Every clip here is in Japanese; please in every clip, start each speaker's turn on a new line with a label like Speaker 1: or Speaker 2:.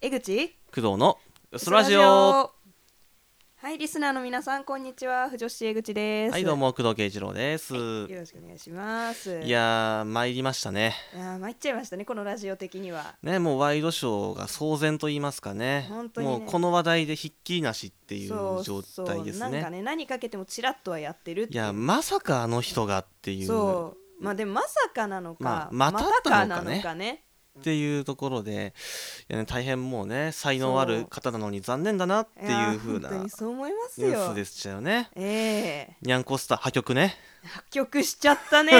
Speaker 1: 江口
Speaker 2: 工藤のウソラジオ
Speaker 1: はいリスナーの皆さんこんにちは不女子江口です
Speaker 2: はいどうも工藤圭一郎です、
Speaker 1: はいよろしくお願いします
Speaker 2: い、やー参りましたね
Speaker 1: いやー参っちゃいましたねこのラジオ的には
Speaker 2: ねもうワイドショーが騒然と言いますかね
Speaker 1: 本当にね
Speaker 2: もうこの話題でひっきりなしっていう状
Speaker 1: そう
Speaker 2: 態です
Speaker 1: そうなん
Speaker 2: ね
Speaker 1: かね何かけてもちらっとはやってるって
Speaker 2: い
Speaker 1: いう
Speaker 2: やまさかあの人がっていう
Speaker 1: そうまあでもまさかなのか、
Speaker 2: まあまた
Speaker 1: か
Speaker 2: か
Speaker 1: な
Speaker 2: なのかね
Speaker 1: のかね
Speaker 2: っていうところでいや、ね、大変もうね才能ある方なのに残念だなって
Speaker 1: いや
Speaker 2: い
Speaker 1: ー
Speaker 2: う風な
Speaker 1: 本当
Speaker 2: ニ
Speaker 1: にそう思いますよ
Speaker 2: ュースでしたよね
Speaker 1: ええ
Speaker 2: にゃんこスター破局ね
Speaker 1: 破局しちゃった ね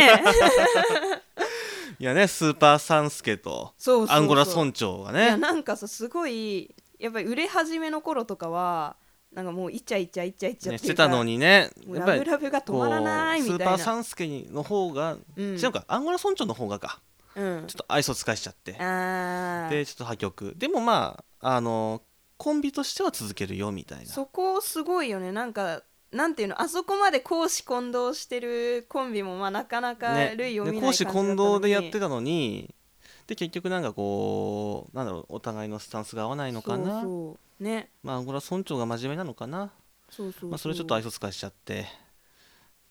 Speaker 2: いやねスーパーサンスケと
Speaker 1: そうそうそう
Speaker 2: アンゴラ村長が
Speaker 1: いや
Speaker 2: ね
Speaker 1: なんかさすごいやっぱり売れ始めの頃とかはなんかもうイチャイチャイチャイチャ
Speaker 2: ね
Speaker 1: っ
Speaker 2: して
Speaker 1: い
Speaker 2: て
Speaker 1: うか
Speaker 2: たのにね
Speaker 1: もう
Speaker 2: やっ
Speaker 1: ラ
Speaker 2: ぱ
Speaker 1: ブ
Speaker 2: り
Speaker 1: ラブが止まらない
Speaker 2: こう
Speaker 1: み
Speaker 2: スー
Speaker 1: た
Speaker 2: パ
Speaker 1: い
Speaker 2: ーサ
Speaker 1: な、
Speaker 2: ンスケの方が、
Speaker 1: うん
Speaker 2: 違うかアンゴラ村長の方がか
Speaker 1: うん
Speaker 2: ちょっと愛想使いしちゃって
Speaker 1: あー
Speaker 2: でちょっと破局でもまああのコンビとしては続けるよみたいな
Speaker 1: そこすごいよねなんかなんていうのあそこまで公私混同してるコンビもまあなかなか
Speaker 2: ね
Speaker 1: 類を見ない
Speaker 2: 講
Speaker 1: 感じ
Speaker 2: 師
Speaker 1: だったの
Speaker 2: 混
Speaker 1: に
Speaker 2: 同でやってたのにで結局なんかこうなんだろうお互いのスタンスが合わないのか
Speaker 1: そ
Speaker 2: な
Speaker 1: うそうね
Speaker 2: まあアンゴラ村長が真面目なのかな
Speaker 1: そうそうそう
Speaker 2: まあ、それちょっと愛想使いしちゃって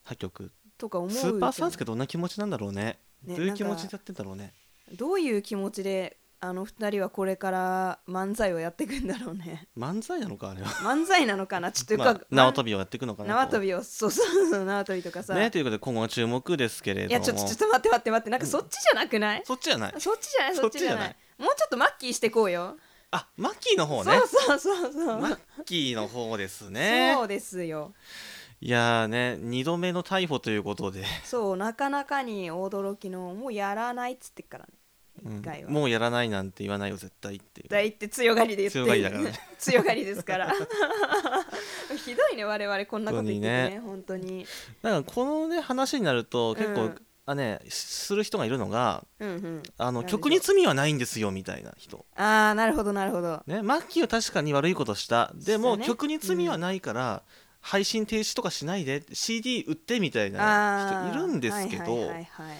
Speaker 2: 破局
Speaker 1: とか思う
Speaker 2: スーパー
Speaker 1: じゃ
Speaker 2: サ
Speaker 1: ん
Speaker 2: ンスケどんな気持ちなんだろうね
Speaker 1: ね
Speaker 2: どういう気
Speaker 1: なん
Speaker 2: 持
Speaker 1: か
Speaker 2: ちでやってんだろうね
Speaker 1: どういう気持ちであの二人はこれから漫才をやっていくんだろうね
Speaker 2: 漫才なのかあれは、
Speaker 1: 漫才なのかなちょっとよく
Speaker 2: ま
Speaker 1: わ
Speaker 2: あ、縄跳びをやっていくのかな
Speaker 1: 縄跳びをそうそうそう縄跳びとかさ、
Speaker 2: ねということで今後注目ですけれども
Speaker 1: いやちょっとちょっと待って待って待ってなんかそっちじゃなくない、
Speaker 2: そっちじゃない
Speaker 1: そっちじゃないそ
Speaker 2: そ
Speaker 1: っ
Speaker 2: っ
Speaker 1: ち
Speaker 2: ち
Speaker 1: じ
Speaker 2: じ
Speaker 1: ゃ
Speaker 2: ゃ
Speaker 1: な
Speaker 2: ないい
Speaker 1: もうちょっとマッキーしていこうよ
Speaker 2: あマッキーの
Speaker 1: そ
Speaker 2: 方
Speaker 1: う,、
Speaker 2: ね
Speaker 1: そうそうそう、
Speaker 2: マッキーの方ですね
Speaker 1: そうですよ
Speaker 2: いやーね2度目の逮捕ということで、
Speaker 1: そうなかなかに驚きのもうやらないっつってっからね
Speaker 2: うん
Speaker 1: 一回は、
Speaker 2: もうやらないなんて言わないよ絶対っていう
Speaker 1: だいって強がりで言って
Speaker 2: 強がりだからね
Speaker 1: 強がりですから ひどいね我々こんなこと言っててね本当に,、
Speaker 2: なんかこのね話になると結構、
Speaker 1: うん
Speaker 2: あねする人がいるのが
Speaker 1: うん
Speaker 2: あ
Speaker 1: なん
Speaker 2: の
Speaker 1: でしょう
Speaker 2: 曲に罪はないんですよみたいな
Speaker 1: う
Speaker 2: 人
Speaker 1: んああなるほどなるほど
Speaker 2: ねマッキーは確かに悪いことしたで
Speaker 1: そ
Speaker 2: も
Speaker 1: うね
Speaker 2: 曲に罪はないから、配信停止とかしないで CD 売ってみたい
Speaker 1: あ
Speaker 2: な
Speaker 1: ー
Speaker 2: 人いるんですけど、
Speaker 1: はいはいはいはい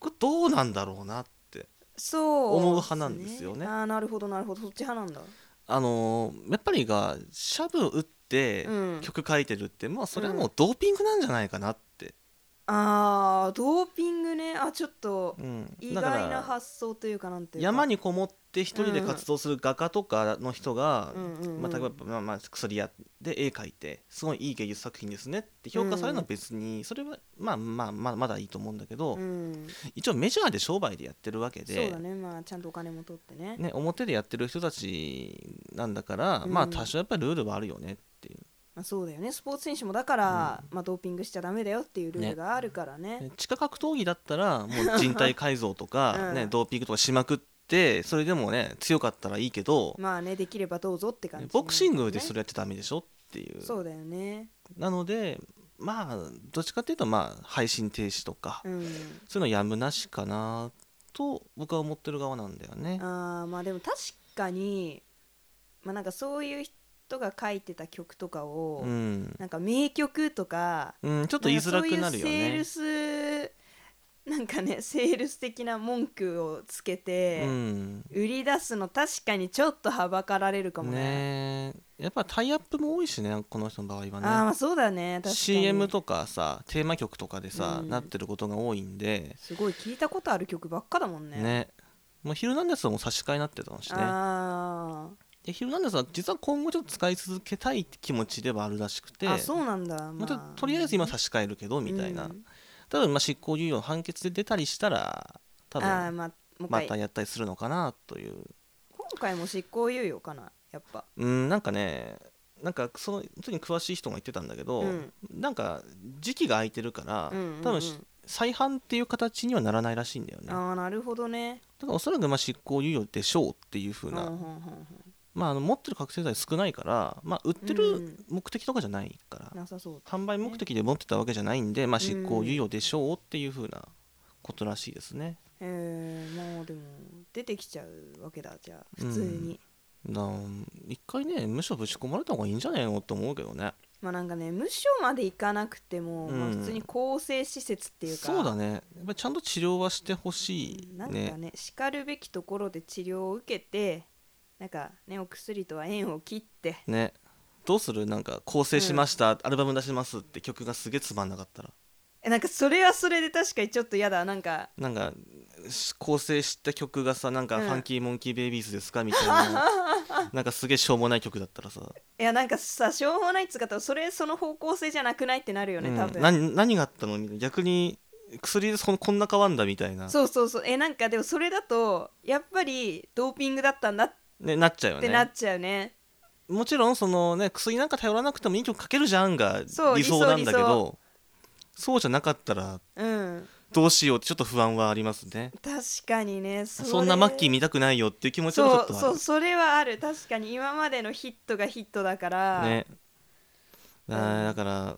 Speaker 2: これどうなんだろうなって
Speaker 1: そう
Speaker 2: 思う派なんですよね
Speaker 1: ああなるほどなるほどそっち派なんだ
Speaker 2: あのーやっぱりがシャブ打って
Speaker 1: うん
Speaker 2: 曲書いてるって、まあそれはもうドーピングなんじゃないかなって、
Speaker 1: あードーピングねあちょっと
Speaker 2: うん
Speaker 1: 意
Speaker 2: だか
Speaker 1: 外な
Speaker 2: ら
Speaker 1: 発想というかなんていうか
Speaker 2: 山にこもって一人で活動する画家とかの人が、
Speaker 1: うんうんうん
Speaker 2: まあ、例えば、まあまあ、薬屋で絵描いてすごいいい芸術作品ですねって評価されるのは別に、それは、まあ、まあまあまだいいと思うんだけど、
Speaker 1: うん
Speaker 2: 一応メジャーで商売でやってるわけ
Speaker 1: そう
Speaker 2: で
Speaker 1: だ。ねまあちゃんとお金も取ってね
Speaker 2: ね、表でやってる人たちなんだから、
Speaker 1: うん
Speaker 2: まあ多少やっぱりルールはあるよねっていう
Speaker 1: まあ、そうだよねスポーツ選手もだから、まあ、ドーピングしちゃダメだよっていうルール
Speaker 2: ね
Speaker 1: があるからね
Speaker 2: ね地下格闘技だったらもう人体改造と か、
Speaker 1: うん
Speaker 2: ね、ドーピングとかしまくってそれでもね強かったらいいけど、
Speaker 1: まあねできればどうぞって感じ、
Speaker 2: ねボクシングでそ
Speaker 1: る
Speaker 2: れやっちゃダメでしょっていう
Speaker 1: そうだよね
Speaker 2: なのでまあどっちかっていうとまあ配信停止とか、
Speaker 1: うん
Speaker 2: そういうのやむなしかなと僕は思ってる側なんだよね。
Speaker 1: あーまあでも確かにまあなんかそういう人が書いてた曲とかを、
Speaker 2: うん、
Speaker 1: なんか名曲とか
Speaker 2: うん、ちょっと言いづらくなる
Speaker 1: んか
Speaker 2: よね。
Speaker 1: そういうセールスなんかねセールス的な文句をつけて、
Speaker 2: うん
Speaker 1: 売り出すの確かにちょっとはばかられるかもね
Speaker 2: ねえやっぱタイアップも多いしねこの人の場合
Speaker 1: ああ
Speaker 2: は
Speaker 1: ーま
Speaker 2: ね
Speaker 1: あそうだね確かに
Speaker 2: CM とかさテーマ曲とかでさ、
Speaker 1: うん
Speaker 2: なってることが多いんです
Speaker 1: ごい聞いたことある曲ばっかだもんね
Speaker 2: ねもう「ヒルナンデス」はもう差し替えになってたのしね
Speaker 1: あ
Speaker 2: で「ヒルナンデス」は実は今後ちょっと使い続けたい気持ちではあるらしくて
Speaker 1: ーあそうなんだ、まあ、
Speaker 2: まあちょっととりあえず今差し替えるけどみたいな、
Speaker 1: うん
Speaker 2: 多分まあ執行猶予の判決で出たりしたら多
Speaker 1: あー
Speaker 2: 分
Speaker 1: まあもう一
Speaker 2: ま
Speaker 1: 回、
Speaker 2: たやったりするのかなという
Speaker 1: 今回も執行猶予かなやっぱ
Speaker 2: うんなんかねなんかその時に詳しい人が言ってたんだけど、
Speaker 1: うん
Speaker 2: なんか時期が空いてるから、
Speaker 1: うんうんうん
Speaker 2: 多分し再犯っていう形にはならないらしいんだよねだか
Speaker 1: ああなるほどね
Speaker 2: らおそらくまあ執行猶予でしょうっていう風な、
Speaker 1: うんうんうんうん
Speaker 2: まあ、あの持ってる覚醒剤少ないから、まあ、売ってる目的とかじゃないから、
Speaker 1: なさそう
Speaker 2: 販売目的で持ってたわけじゃないんで、まあ、執行猶予でしょうっていう風なことらしいですね。
Speaker 1: えー、まあでも出てきちゃうわけだじゃあ普通に、
Speaker 2: なん一回ね無所ぶち込まれた方がいいんじゃないのって思うけどね
Speaker 1: まあなんかね無償まで行かなくても、
Speaker 2: うん
Speaker 1: まあ、普通に更生施設っていうか
Speaker 2: そうだねやっぱりちゃんと治療はしてほしい
Speaker 1: なんか
Speaker 2: ね
Speaker 1: ねしかるべきところで治療を受けてなんかねお薬とは縁を切って
Speaker 2: ねどうするなんか構成しました、アルバム出しますって曲がすげえつまんなかったら
Speaker 1: えなんかそれはそれで確かにちょっと嫌だなんか
Speaker 2: なんかし構成した曲がさなんか「
Speaker 1: うん
Speaker 2: ファンキーモンキーベイビーズですか?」みた いななんかすげえしょうもない曲だったらさ、
Speaker 1: いやなんかさしょうもないっつうかそれその方向性じゃなくないってなるよね多
Speaker 2: う
Speaker 1: 分、
Speaker 2: ん何何があったのみたいな逆に薬でそんこんな変わんだみたいな、
Speaker 1: そうそうそうえなんかでもそれだとやっぱりドーピングだったんだっ
Speaker 2: ね、なっちゃうよ
Speaker 1: てな
Speaker 2: ね
Speaker 1: っちゃうね
Speaker 2: もちろんそのね薬なんか頼らなくてもいい曲書けるじゃんが
Speaker 1: そう
Speaker 2: 理想なんだけ
Speaker 1: 理想
Speaker 2: どそうじゃなかったら
Speaker 1: うん
Speaker 2: どうしようってちょっと不安はありますね
Speaker 1: 確かにねそ
Speaker 2: そ
Speaker 1: れ
Speaker 2: んなマッキー見たくないよっていう気持ちもちょ
Speaker 1: そ
Speaker 2: っ
Speaker 1: う
Speaker 2: とあ
Speaker 1: そう
Speaker 2: る
Speaker 1: それはある確かに今までのヒットがヒットだから、
Speaker 2: ね
Speaker 1: うん
Speaker 2: あーだから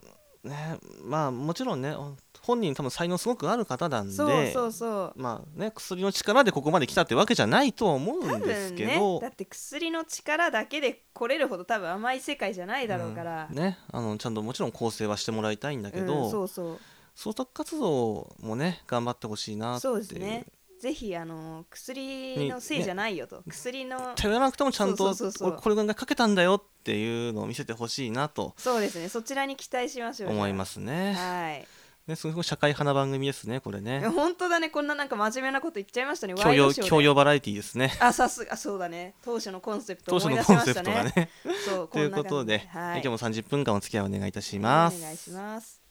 Speaker 2: ねまあもちろんね本人多分才能すごくある方なんで
Speaker 1: そうそうそう
Speaker 2: まあね薬の力でここまで来たってわけじゃないとは思う
Speaker 1: 多
Speaker 2: んです
Speaker 1: 分
Speaker 2: け
Speaker 1: ね
Speaker 2: ど
Speaker 1: だって薬の力だけで来れるほど多分甘い世界じゃないだろうから、
Speaker 2: うんね、あのちゃんともちろん構成はしてもらいたいんだけど、
Speaker 1: うんそうそう
Speaker 2: 創作活動もね頑張ってほしいなってい
Speaker 1: そう
Speaker 2: う
Speaker 1: ですねぜひあの薬のせいじゃないよと、薬の
Speaker 2: 頼らなくてもちゃ
Speaker 1: そ
Speaker 2: んと
Speaker 1: うそうそうそう
Speaker 2: 俺これぐらいかけたんだよっていうのを見せてほしいなと
Speaker 1: そうですねそちらに期待しましょう
Speaker 2: 思いますすね。
Speaker 1: はい
Speaker 2: ねすごい社会派な番組ですねこれね。
Speaker 1: 本当だねこんななんか真面目なこと言っちゃいましたね
Speaker 2: 教
Speaker 1: ワイド
Speaker 2: 養
Speaker 1: ショーで
Speaker 2: 教養バラエティーですね。
Speaker 1: あさすがそうだね当初のコンセプト
Speaker 2: 当初
Speaker 1: 思い
Speaker 2: の
Speaker 1: 出し
Speaker 2: コン
Speaker 1: ま
Speaker 2: セ
Speaker 1: し
Speaker 2: プ
Speaker 1: た
Speaker 2: トが
Speaker 1: ね
Speaker 2: ね。
Speaker 1: そう
Speaker 2: ということ
Speaker 1: んな感じ
Speaker 2: で、
Speaker 1: はい、
Speaker 2: 今日も30分間お付き合いお願いいたします。
Speaker 1: お願いします